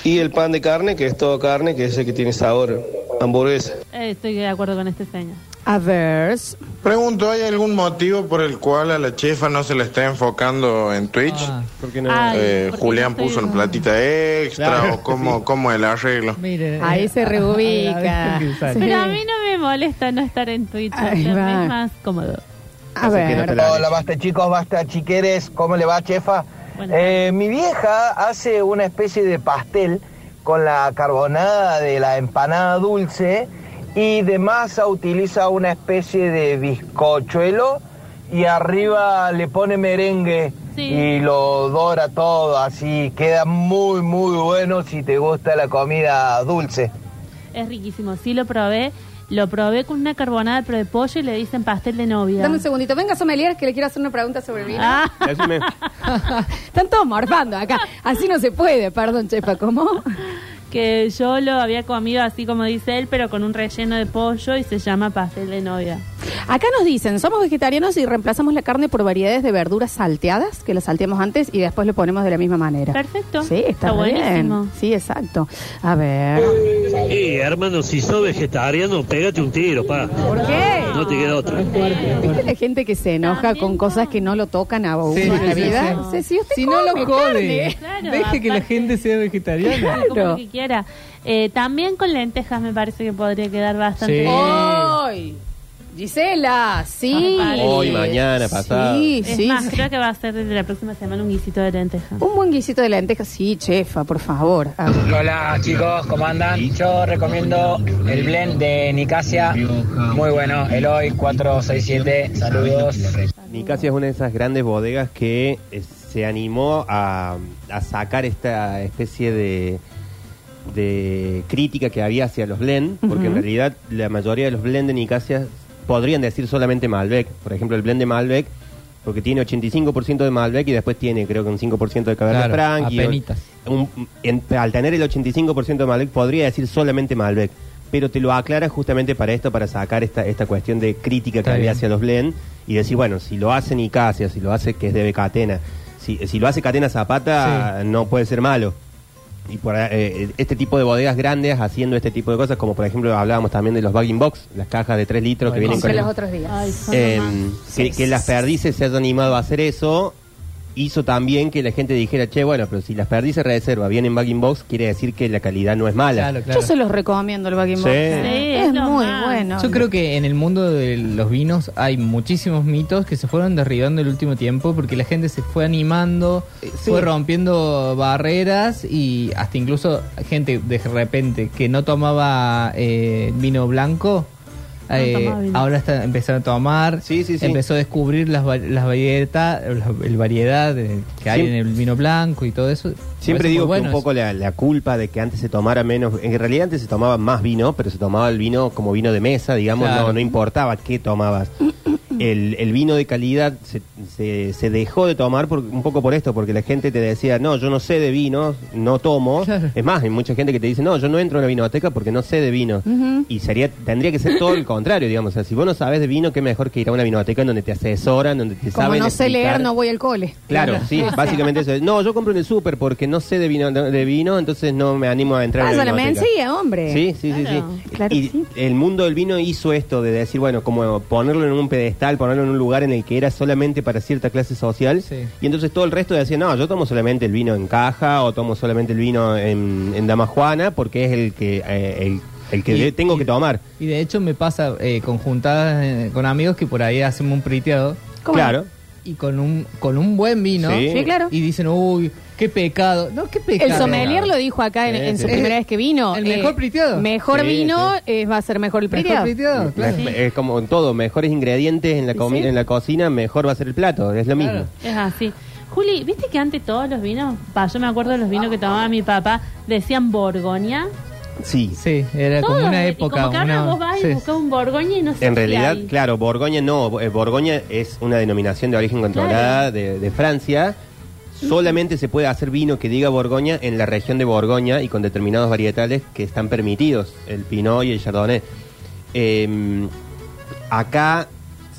Speaker 7: Y el pan de carne, que es todo carne, que es el que tiene sabor, hamburguesa.
Speaker 4: Eh, estoy de acuerdo con este señor.
Speaker 1: A ver.
Speaker 10: Pregunto, ¿hay algún motivo por el cual a la chefa no se le está enfocando en Twitch?
Speaker 2: Ah,
Speaker 3: Porque
Speaker 4: Ay,
Speaker 10: Eh,
Speaker 4: porque
Speaker 10: Julián
Speaker 4: no estoy-
Speaker 10: puso en platita extra
Speaker 2: Claro,
Speaker 10: o cómo, cómo el arreglo.
Speaker 2: miren,
Speaker 1: Ahí
Speaker 2: eh,
Speaker 1: se
Speaker 2: (laughs) a- a-
Speaker 1: reubica.
Speaker 2: a- a- a-
Speaker 1: Sí.
Speaker 4: Pero a mí no me molesta no estar en Twitch,
Speaker 1: Ahí
Speaker 4: o sea,
Speaker 1: va.
Speaker 4: me es más cómodo.
Speaker 1: A ver.
Speaker 11: Hola, basta chicos, basta chiqueres, ¿cómo le va chefa?
Speaker 4: Bueno.
Speaker 11: Eh, mi vieja hace una especie de pastel con la carbonada de la empanada dulce y de masa utiliza una especie de bizcochuelo y arriba le pone merengue
Speaker 4: Sí.
Speaker 11: y lo dora todo, así queda muy muy bueno si te gusta la comida dulce.
Speaker 4: Es riquísimo, sí lo probé. Lo probé con una carbonada pero de pollo y le dicen pastel de novia.
Speaker 1: Dame un segundito. Venga, Sommelier, que le quiero hacer una pregunta sobre el vino.
Speaker 4: Ah,
Speaker 1: (laughs) Están todos morfando acá. Así no se puede. Perdón, chefa, ¿cómo?
Speaker 4: (laughs) que yo lo había comido así como dice él, pero con un relleno de pollo y se llama pastel de novia.
Speaker 1: Acá nos dicen, somos vegetarianos y reemplazamos la carne por variedades de verduras salteadas, que las salteamos antes y después lo ponemos de la misma manera.
Speaker 4: Perfecto.
Speaker 1: Sí, está,
Speaker 4: Está
Speaker 1: re bien.
Speaker 4: buenísimo.
Speaker 1: Sí, exacto. A ver.
Speaker 7: Eh, hermano, si sos vegetariano, pégate un tiro, pa.
Speaker 1: ¿Por qué?
Speaker 7: No te queda otra.
Speaker 1: ¿Viste la gente que se enoja
Speaker 4: También
Speaker 1: con
Speaker 4: no.
Speaker 1: cosas que no lo tocan a uno
Speaker 2: Sí,
Speaker 1: en la
Speaker 2: sí,
Speaker 1: vida?
Speaker 2: sí.
Speaker 1: O sea, si usted
Speaker 2: Si no lo
Speaker 1: come
Speaker 2: come,
Speaker 1: carne,
Speaker 4: Claro,
Speaker 2: deje que la
Speaker 4: aparte-
Speaker 2: gente sea vegetariana.
Speaker 4: Como
Speaker 1: Claro.
Speaker 4: lo que quiera. Eh, también con lentejas me parece que podría quedar bastante
Speaker 2: Sí.
Speaker 4: bien.
Speaker 1: ¡Ay! Gisela, sí.
Speaker 4: Ay,
Speaker 3: Hoy, mañana, pasado.
Speaker 1: Sí,
Speaker 4: Es
Speaker 1: sí,
Speaker 4: más,
Speaker 1: sí.
Speaker 4: creo que va a ser desde la próxima semana un guisito de lentejas.
Speaker 1: Un buen guisito de lentejas, sí, chefa, por favor. Ah, A ver.
Speaker 11: Hola chicos, ¿cómo andan? Yo recomiendo el blend de Nicasia, muy bueno, Eloy 467, saludos.
Speaker 3: Nicasia es una de esas grandes bodegas que eh, se animó a, a sacar esta especie de, de crítica que había hacia los blend, porque en
Speaker 1: Ujú.
Speaker 3: realidad la mayoría de los blend de Nicasia podrían decir solamente Malbec. Por ejemplo, el blend de Malbec, porque tiene 85% de Malbec y después tiene creo que un 5% de Cabernet
Speaker 2: Claro,
Speaker 3: Franc. y un-
Speaker 2: apenitas.
Speaker 3: un- en- al tener el 85% de Malbec podría decir solamente Malbec, pero te lo aclara justamente para esto, para sacar esta, esta cuestión de crítica que
Speaker 2: Está
Speaker 3: había
Speaker 2: bien.
Speaker 3: hacia los blend y decir, bueno, si lo hace Nicasia, si lo hace que es de Catena, si, si lo hace Catena Zapata, no puede ser malo. y por, eh, este tipo de bodegas grandes haciendo este tipo de cosas, como por ejemplo hablábamos también de los bagging box, las cajas de 3 litros que
Speaker 2: Ay,
Speaker 3: vienen
Speaker 2: compré
Speaker 3: con
Speaker 1: Compré
Speaker 3: el-
Speaker 1: los otros días.
Speaker 4: Ay, son
Speaker 3: eh,
Speaker 4: lo más.
Speaker 3: que, que las perdices se hayan animado a hacer eso hizo también que la gente dijera, che, bueno, pero si las perdices reserva vienen bagging box, quiere decir que la calidad no es mala.
Speaker 2: Claro, claro.
Speaker 1: Yo se los recomiendo el Bucking
Speaker 3: Sí.
Speaker 1: Box.
Speaker 3: Sí,
Speaker 1: es
Speaker 4: es lo
Speaker 1: muy
Speaker 4: más.
Speaker 1: bueno.
Speaker 2: Yo creo que en el mundo de los vinos hay muchísimos mitos que se fueron derribando el último tiempo porque la gente se fue animando,
Speaker 3: Eh, sí.
Speaker 2: fue rompiendo barreras y hasta incluso gente de repente que no tomaba eh, vino blanco.
Speaker 4: No
Speaker 2: eh,
Speaker 4: tomaba vino.
Speaker 2: ahora está empezando a tomar,
Speaker 3: Sí, sí, sí.
Speaker 2: empezó a descubrir las, va- las variedad, la- el variedad eh, que hay
Speaker 3: Siem-
Speaker 2: en el vino blanco y todo eso. Me
Speaker 3: Siempre
Speaker 2: parece muy
Speaker 3: digo
Speaker 2: bueno
Speaker 3: que un
Speaker 2: eso.
Speaker 3: poco la, la culpa de que antes se tomara menos, en realidad antes se tomaba más vino, pero se tomaba el vino como vino de mesa, digamos,
Speaker 2: Claro.
Speaker 3: no, no importaba qué tomabas. El, el vino de calidad se, se- se dejó de tomar por- un poco por esto, porque la gente te decía, no, yo no sé de vinos, no tomo.
Speaker 2: Claro.
Speaker 3: Es más, hay mucha gente que te dice, no, yo no entro a la vinoteca porque no sé de vino. Y sería tendría que ser todo el contrario, digamos. O sea, si vos no sabes de vino, qué mejor que ir a una vinoteca en donde te asesoran, donde te
Speaker 1: Como
Speaker 3: saben
Speaker 1: no sé
Speaker 3: explicar.
Speaker 1: leer, no voy al cole.
Speaker 3: Claro,
Speaker 1: (laughs)
Speaker 3: sí,
Speaker 1: O sea,
Speaker 3: básicamente eso. No, yo compro en el súper porque no sé de vino, de vino, entonces no me animo a entrar en
Speaker 1: Pasa
Speaker 3: la
Speaker 1: la
Speaker 3: vinoteca.
Speaker 1: mencía, hombre.
Speaker 3: Sí, sí, sí,
Speaker 4: Claro,
Speaker 3: sí.
Speaker 1: claro
Speaker 3: y
Speaker 1: que sí.
Speaker 3: el mundo del vino hizo esto de decir, bueno, como ponerlo en un pedestal, ponerlo en un lugar en el que era solamente para cierta clase social.
Speaker 2: Sí.
Speaker 3: Y entonces todo el resto decía, no, yo tomo solamente el vino en caja o tomo solamente el vino en, en Dama Juana porque es el que, eh, el, el que
Speaker 2: Y-
Speaker 3: le tengo que tomar.
Speaker 2: Y de hecho me pasa eh, conjuntadas eh, con amigos que por ahí hacemos un priteado
Speaker 1: ¿Cómo?
Speaker 3: Claro.
Speaker 2: y con un con un buen vino
Speaker 3: Sí.
Speaker 1: Sí, claro.
Speaker 2: y dicen, uy, qué pecado. No, qué pecado.
Speaker 1: El sommelier lo dijo acá en,
Speaker 3: Sí,
Speaker 1: en su
Speaker 3: sí.
Speaker 1: primera vez que vino. Eh,
Speaker 2: El mejor priteado.
Speaker 1: Mejor
Speaker 3: Sí,
Speaker 1: vino eh, va a ser mejor el
Speaker 2: Mejor
Speaker 1: priteado.
Speaker 2: priteado, claro.
Speaker 3: Es- Es como en todo, mejores ingredientes en la, comi-
Speaker 4: Sí.
Speaker 3: en la cocina, mejor va a ser el plato, es lo
Speaker 2: Claro.
Speaker 3: mismo.
Speaker 4: Es así. Juli, ¿viste que antes todos los vinos, pa, yo me acuerdo de los vinos que tomaba mi papá, decían Borgoña?
Speaker 3: Sí,
Speaker 2: Sí, era como
Speaker 4: Todos,
Speaker 2: una
Speaker 4: y
Speaker 2: época.
Speaker 4: Como que ahora
Speaker 2: una-
Speaker 4: vos vas
Speaker 2: sí.
Speaker 4: y buscas un Borgoña y no sé
Speaker 3: En
Speaker 4: qué
Speaker 3: realidad,
Speaker 4: hay.
Speaker 3: claro, Borgoña no. Bo- eh, Borgoña es una denominación de origen controlada de, de Francia. Solamente se puede hacer vino que diga Borgoña en la región de Borgoña y con determinados varietales que están permitidos, el Pinot y el Chardonnay. Em, acá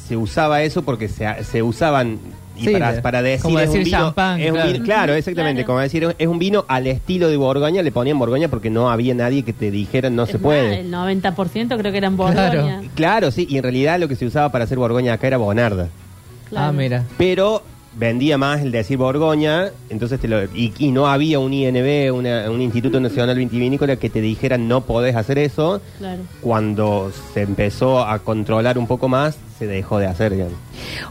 Speaker 3: se usaba eso porque se, se usaban y
Speaker 2: Sí,
Speaker 3: para,
Speaker 2: de-
Speaker 3: para decir,
Speaker 2: como
Speaker 3: es un
Speaker 2: decir
Speaker 3: vino,
Speaker 2: champán,
Speaker 3: es un
Speaker 2: claro.
Speaker 3: vino- claro, exactamente,
Speaker 4: Claro.
Speaker 3: como decir es un vino al estilo de Borgoña, le ponían Borgoña porque no había nadie que te dijera no
Speaker 4: Es
Speaker 3: se
Speaker 4: más,
Speaker 3: puede.
Speaker 4: El 90% creo que eran Borgoña.
Speaker 2: Claro.
Speaker 4: Claro.
Speaker 3: Claro, sí, y en realidad lo que se usaba para hacer Borgoña acá era Bonarda.
Speaker 2: Ah, mira.
Speaker 3: Pero vendía más el decir Borgoña, entonces te lo, y, y no había un INB, una- un Instituto Nacional Vitivinícola que te dijera no podés hacer eso.
Speaker 4: Claro.
Speaker 3: Cuando se empezó a controlar un poco más, se dejó de hacer. digamos.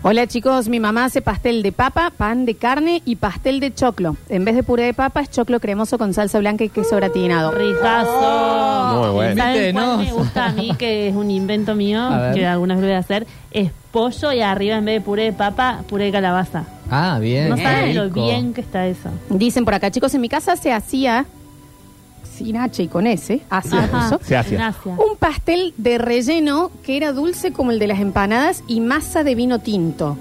Speaker 1: Hola chicos, mi mamá hace pastel de papa, pan de carne y pastel de choclo. En vez de puré de papa es choclo cremoso con salsa blanca y queso gratinado.
Speaker 4: Rizazo.
Speaker 3: Muy bueno.
Speaker 4: ¿Saben cuál me
Speaker 2: Invítenos.
Speaker 4: gusta a mí, que es un invento mío,
Speaker 2: A ver.
Speaker 4: que algunas veces voy a hacer? Es pollo y arriba en vez de puré de papa, puré de calabaza.
Speaker 2: (laughs) Ah, bien.
Speaker 4: No
Speaker 2: qué
Speaker 4: saben lo
Speaker 2: rico.
Speaker 4: bien que está eso.
Speaker 1: Dicen por acá, chicos, en mi casa se hacía sin H y con S, así
Speaker 4: Ajá.
Speaker 1: puso,
Speaker 3: Se hace.
Speaker 4: En Asia.
Speaker 1: un pastel de relleno que era dulce como el de las empanadas y masa de vino tinto.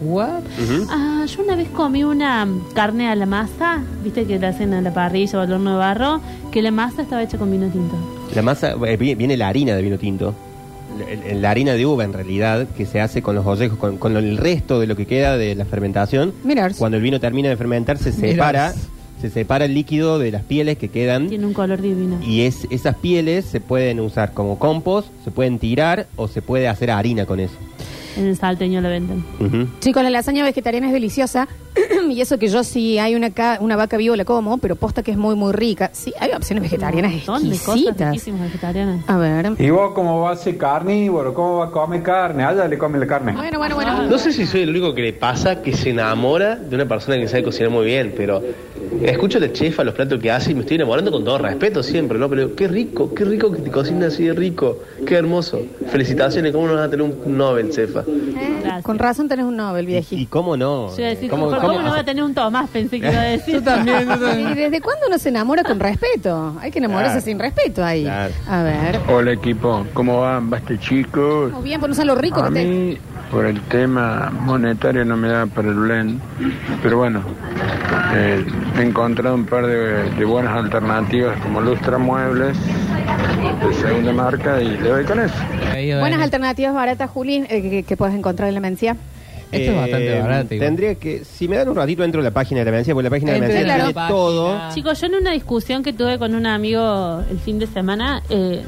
Speaker 2: What?
Speaker 3: Ujú.
Speaker 4: Ah, yo una vez comí una carne a la masa, viste que la hacen a la parrilla o al horno de barro, que la masa estaba hecha con vino tinto.
Speaker 3: La masa, eh, vi- viene la harina de vino tinto. La, la harina de uva, en realidad, que se hace con los ollejos, con, con el resto de lo que queda de la fermentación.
Speaker 1: Mirá.
Speaker 3: Cuando el vino termina de fermentar, se separa,
Speaker 2: Mirá.
Speaker 3: se separa el líquido de las pieles que quedan.
Speaker 4: Tiene un color divino.
Speaker 3: Y es, esas pieles se pueden usar como compost, se pueden tirar o se puede hacer harina con eso.
Speaker 4: En el salteño la venden.
Speaker 3: Ujú.
Speaker 1: Chicos, la lasaña vegetariana es deliciosa. (clears throat) y eso que yo si hay una, ca- una vaca viva la como, pero posta que es muy, muy rica. Sí, hay opciones vegetarianas
Speaker 4: Son de cosas
Speaker 1: exquisitas.
Speaker 4: riquísimas vegetarianas.
Speaker 1: A ver.
Speaker 9: ¿Y vos cómo vas a ser carnívoro? ¿Cómo vas a comer carne? Allá le come la carne.
Speaker 1: Bueno, bueno, bueno.
Speaker 12: No sé si soy el único que le pasa que se enamora de una persona que sabe cocinar muy bien, pero escucho a la chefa los platos que hace y me estoy enamorando con todo respeto siempre, ¿no? Pero qué rico, qué rico que te cocina así de rico, qué hermoso. Felicitaciones, ¿cómo nos vas a tener un Nobel, chefa?
Speaker 4: Gracias.
Speaker 1: ¿Eh? Con razón tenés un Nobel,
Speaker 3: Y,
Speaker 1: viejito.
Speaker 3: y cómo no? eh,
Speaker 4: Yo iba a decir,
Speaker 3: ¿Cómo-
Speaker 4: ¿por
Speaker 3: cómo-
Speaker 4: cómo no va a tener un Tomás? Pensé que
Speaker 2: (laughs)
Speaker 4: iba a decir.
Speaker 2: Yo también, yo
Speaker 1: ¿Y
Speaker 2: también.
Speaker 1: desde cuándo uno se enamora con respeto? Hay que enamorarse
Speaker 3: Claro.
Speaker 1: sin respeto ahí.
Speaker 3: Claro.
Speaker 1: A ver.
Speaker 12: Hola equipo, ¿cómo van? Basta chicos.
Speaker 1: Muy bien, por no lo rico
Speaker 12: A
Speaker 1: que te...
Speaker 12: mí, por el tema monetario, no me da para el blend, pero bueno, eh, he encontrado un par de, de buenas alternativas como Lustra Muebles, de segunda marca, y le doy con eso.
Speaker 2: Ahí va.
Speaker 1: Buenas alternativas baratas, Juli, eh, que, que puedes encontrar en la mencía.
Speaker 2: Esto es bastante barato. igual.
Speaker 3: Tendría que, si me dan un ratito, entro a la página de la mencía, porque la página de la
Speaker 2: Entre
Speaker 3: mencía
Speaker 2: la
Speaker 3: tiene
Speaker 2: página.
Speaker 3: todo.
Speaker 4: Este, Chicos, yo en una discusión que tuve con un amigo el fin de semana, eh,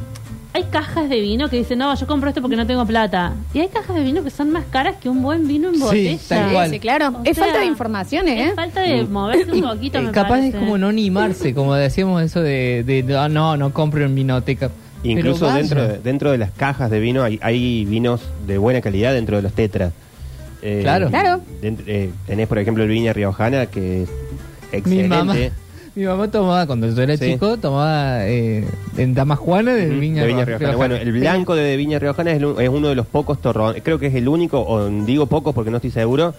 Speaker 4: hay cajas de vino que dicen, no, yo compro esto porque no tengo plata. Y hay cajas de vino que son más caras que un buen vino en
Speaker 2: Sí,
Speaker 4: botella.
Speaker 2: tal cual. Mm.
Speaker 1: Sí, claro.
Speaker 4: O
Speaker 1: es
Speaker 4: sea,
Speaker 1: falta de información, ¿eh?
Speaker 4: Es falta de moverse un poquito,
Speaker 2: Eh,
Speaker 4: me
Speaker 2: capaz
Speaker 4: parece.
Speaker 2: es como no animarse, como decíamos eso de, de, de, ah, no, no compro en vinoteca. Pero
Speaker 3: Incluso
Speaker 2: vaya.
Speaker 3: dentro de, dentro de las cajas de vino hay, hay vinos de buena calidad dentro de los tetras. Eh,
Speaker 2: Claro.
Speaker 1: Claro.
Speaker 3: dent- eh, tenés, por ejemplo, el Viña Riojana, que es
Speaker 2: Mi
Speaker 3: excelente.
Speaker 2: mamá, (laughs) mi mamá tomaba, cuando yo era
Speaker 3: Sí.
Speaker 2: chico, tomaba eh, en Damas Juana de
Speaker 3: Ujú,
Speaker 2: Viña,
Speaker 3: de Viña
Speaker 2: Ro-
Speaker 3: Riojana. Bueno, el blanco de Viña Riojana es, el- es uno de los pocos torrones, creo que es el único, o digo pocos porque no estoy seguro,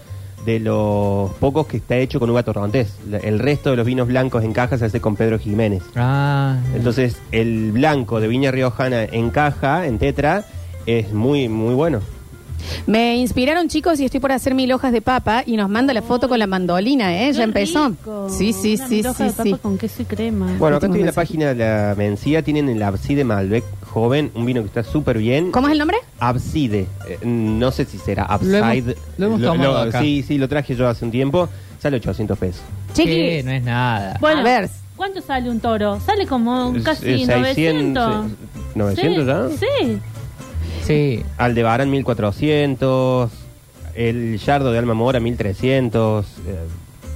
Speaker 3: de los pocos que está hecho con uva torrontés. La- El resto de los vinos blancos en caja se hace con Pedro Jiménez.
Speaker 2: Ah,
Speaker 3: Entonces, el blanco de Viña Riojana en caja, en tetra, es muy, muy bueno.
Speaker 1: Me inspiraron chicos y estoy por hacer mil hojas de papa y nos manda la foto con la mandolina, ¿eh?
Speaker 4: Qué
Speaker 1: Ya empezó.
Speaker 4: rico.
Speaker 1: Sí, sí,
Speaker 4: Una
Speaker 1: sí,
Speaker 4: miroja
Speaker 1: sí,
Speaker 4: de papa
Speaker 1: sí.
Speaker 4: con queso y crema.
Speaker 3: Bueno, acá
Speaker 1: Últimos
Speaker 3: estoy en la
Speaker 1: mensajes.
Speaker 3: página de la Mencía, tienen el Abside Malbec joven, un vino que está súper bien.
Speaker 1: ¿Cómo es el nombre?
Speaker 3: Abside, eh, no sé si será
Speaker 2: Lo hemos-
Speaker 3: Upside.
Speaker 2: lo hemos tomado acá.
Speaker 3: Sí, sí, lo traje yo hace un tiempo, sale 800 pesos.
Speaker 2: que
Speaker 1: Chiquis.
Speaker 2: no es nada.
Speaker 4: Bueno,
Speaker 1: A ver.
Speaker 4: ¿cuánto sale un toro? Sale como un casi
Speaker 3: Eh,
Speaker 4: 900.
Speaker 3: eh, 900 ya.
Speaker 4: Sí, sí.
Speaker 2: Sí,
Speaker 3: Aldebarán 1400, el Yardo de Alma Mora 1300, eh,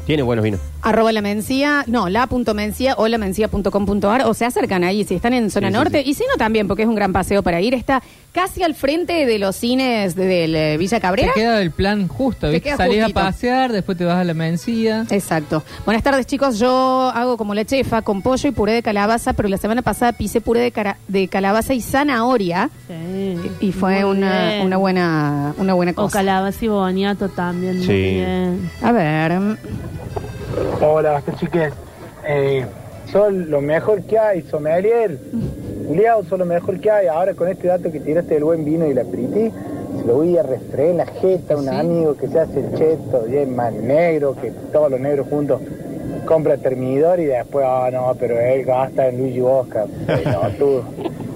Speaker 3: tiene buenos vinos.
Speaker 1: Arroba la mencía, no, la.mencía o lamencía.com.ar o se acercan ahí si están en zona
Speaker 3: Sí, sí,
Speaker 1: norte
Speaker 3: sí.
Speaker 1: y si no también porque es un gran paseo para ir. Está casi al frente de los cines del eh, Villa
Speaker 2: te
Speaker 1: Cabrera.
Speaker 2: queda el plan justo,
Speaker 1: Te
Speaker 2: ¿viste?
Speaker 1: queda
Speaker 2: Salís
Speaker 1: justito.
Speaker 2: a pasear, después te vas a la mencía.
Speaker 1: Exacto. Buenas tardes, chicos. Yo hago como la chefa con pollo y puré de calabaza, pero la semana pasada pisé puré de, cara- de calabaza y zanahoria y fue
Speaker 4: Mm, Muy
Speaker 1: una,
Speaker 4: bien.
Speaker 1: una buena una buena
Speaker 4: O
Speaker 1: cosa.
Speaker 4: calabaza y boniato también, muy
Speaker 3: Sí.
Speaker 4: bien.
Speaker 1: A ver, mm,
Speaker 13: Hola, basta chiques. Eh, son lo mejor que hay, sommelier. Juliado, son lo mejor que hay. Ahora con este dato que tiraste del buen vino y la priti, se lo voy a refregar en la jeta a un amigo que se hace el cheto, y es más negro que todos los negros juntos. Compra el termidor y después, ah, no, pero él gasta en Luigi Bosca. pelotudo.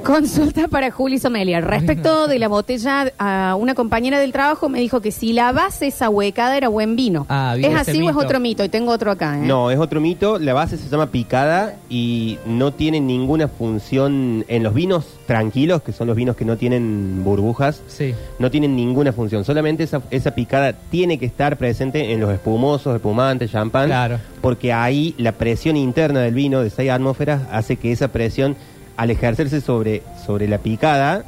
Speaker 1: Consulta para Juli Sommelier. Respecto de la botella, a una compañera del trabajo me dijo que si la base esa huecada era buen vino.
Speaker 2: Ah, bien,
Speaker 1: ¿Es
Speaker 2: ese
Speaker 1: así o es
Speaker 2: mito.
Speaker 1: otro mito? Y tengo otro acá. ¿eh?
Speaker 3: No, es otro mito. La base se llama picada y no tiene ninguna función en los vinos tranquilos, que son los vinos que no tienen burbujas.
Speaker 2: Sí.
Speaker 3: No tienen ninguna función. Solamente esa, esa picada tiene que estar presente en los espumosos, espumantes, champán.
Speaker 2: Claro.
Speaker 3: Porque ahí la presión interna del vino de 6 atmósferas hace que esa presión, al ejercerse sobre, sobre la picada,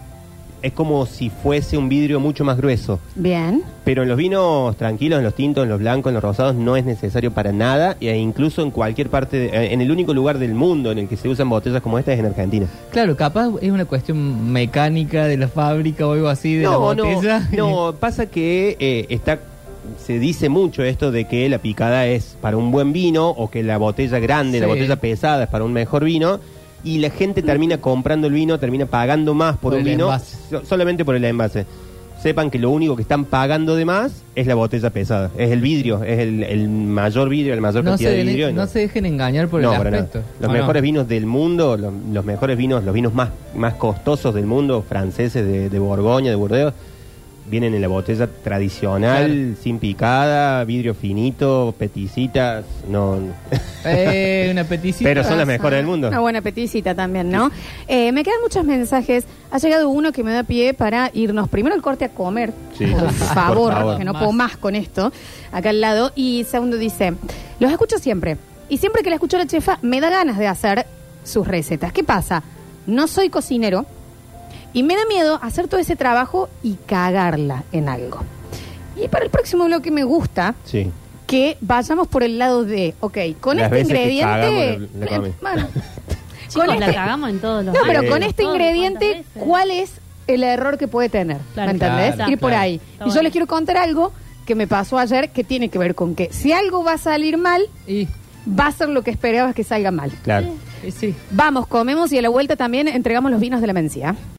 Speaker 3: es como si fuese un vidrio mucho más grueso.
Speaker 1: Bien.
Speaker 3: Pero en los vinos tranquilos, en los tintos, en los blancos, en los rosados, no es necesario para nada. E incluso en cualquier parte, de- eh, en el único lugar del mundo en el que se usan botellas como esta es en Argentina.
Speaker 2: Claro, capaz es una cuestión mecánica de la fábrica o algo así, de la
Speaker 3: No, no,
Speaker 2: botella. (laughs)
Speaker 3: no, pasa que eh, está, se dice mucho esto de que la picada es para un buen vino o que la botella grande, la
Speaker 2: Sí.
Speaker 3: botella pesada es para un mejor vino. Y la gente termina comprando el vino, termina pagando más por,
Speaker 2: Por
Speaker 3: un
Speaker 2: el
Speaker 3: vino
Speaker 2: envase.
Speaker 3: so- solamente por el envase. Sepan que lo único que están pagando de más es la botella pesada, es el vidrio, es el, el mayor vidrio, el mayor
Speaker 2: No se,
Speaker 3: cantidad de
Speaker 2: den-
Speaker 3: vidrio. y
Speaker 2: no se dejen engañar por
Speaker 3: no,
Speaker 2: el
Speaker 3: para nada.
Speaker 2: aspecto.
Speaker 3: Los
Speaker 2: ¿O no?
Speaker 3: mejores vinos del mundo, lo- los, mejores vinos, los vinos más, más costosos del mundo, franceses de, de Borgoña, de Burdeos, vienen en la botella tradicional, sin picada, vidrio finito, peticitas, no.
Speaker 2: Eh, una peticita.
Speaker 3: (laughs) Pero son las mejores del mundo.
Speaker 1: Una buena peticita también, ¿no? Eh, me quedan muchos mensajes. Ha llegado uno que me da pie para irnos primero al corte a comer.
Speaker 3: Sí.
Speaker 1: Por
Speaker 3: Por
Speaker 1: favor,
Speaker 3: favor.
Speaker 1: que no puedo más con esto. Acá al lado. Y segundo dice, los escucho siempre. Y siempre que la escucho a la chefa, me da ganas de hacer sus recetas. ¿Qué pasa? No soy cocinero y me da miedo hacer todo ese trabajo y cagarla en algo. Y para el próximo bloque me gusta
Speaker 3: Sí.
Speaker 1: que vayamos por el lado de, ok, con
Speaker 3: Las
Speaker 1: este
Speaker 3: veces que
Speaker 1: ingrediente.
Speaker 3: cagamos la- la comida.
Speaker 1: (laughs)
Speaker 3: Eh,
Speaker 1: bueno,
Speaker 4: Chicos,
Speaker 1: Con
Speaker 4: la
Speaker 1: este-
Speaker 4: cagamos en todos los
Speaker 1: no, pero
Speaker 3: Sí.
Speaker 4: ámbitos,
Speaker 1: con este
Speaker 4: todas,
Speaker 1: ingrediente,
Speaker 4: cuantas veces.
Speaker 1: ¿cuál es el error que puede tener?
Speaker 4: Claro,
Speaker 1: ¿Me entendés?
Speaker 4: claro,
Speaker 1: Ir por
Speaker 2: claro.
Speaker 1: ahí.
Speaker 4: Está
Speaker 1: Y yo
Speaker 4: bueno.
Speaker 1: les quiero contar algo que me pasó ayer que tiene que ver con que si algo va a salir mal,
Speaker 2: Y,
Speaker 1: va a ser lo que esperabas que salga mal.
Speaker 3: Claro.
Speaker 2: y sí.
Speaker 1: Vamos, comemos y a la vuelta también entregamos los vinos de la mencía.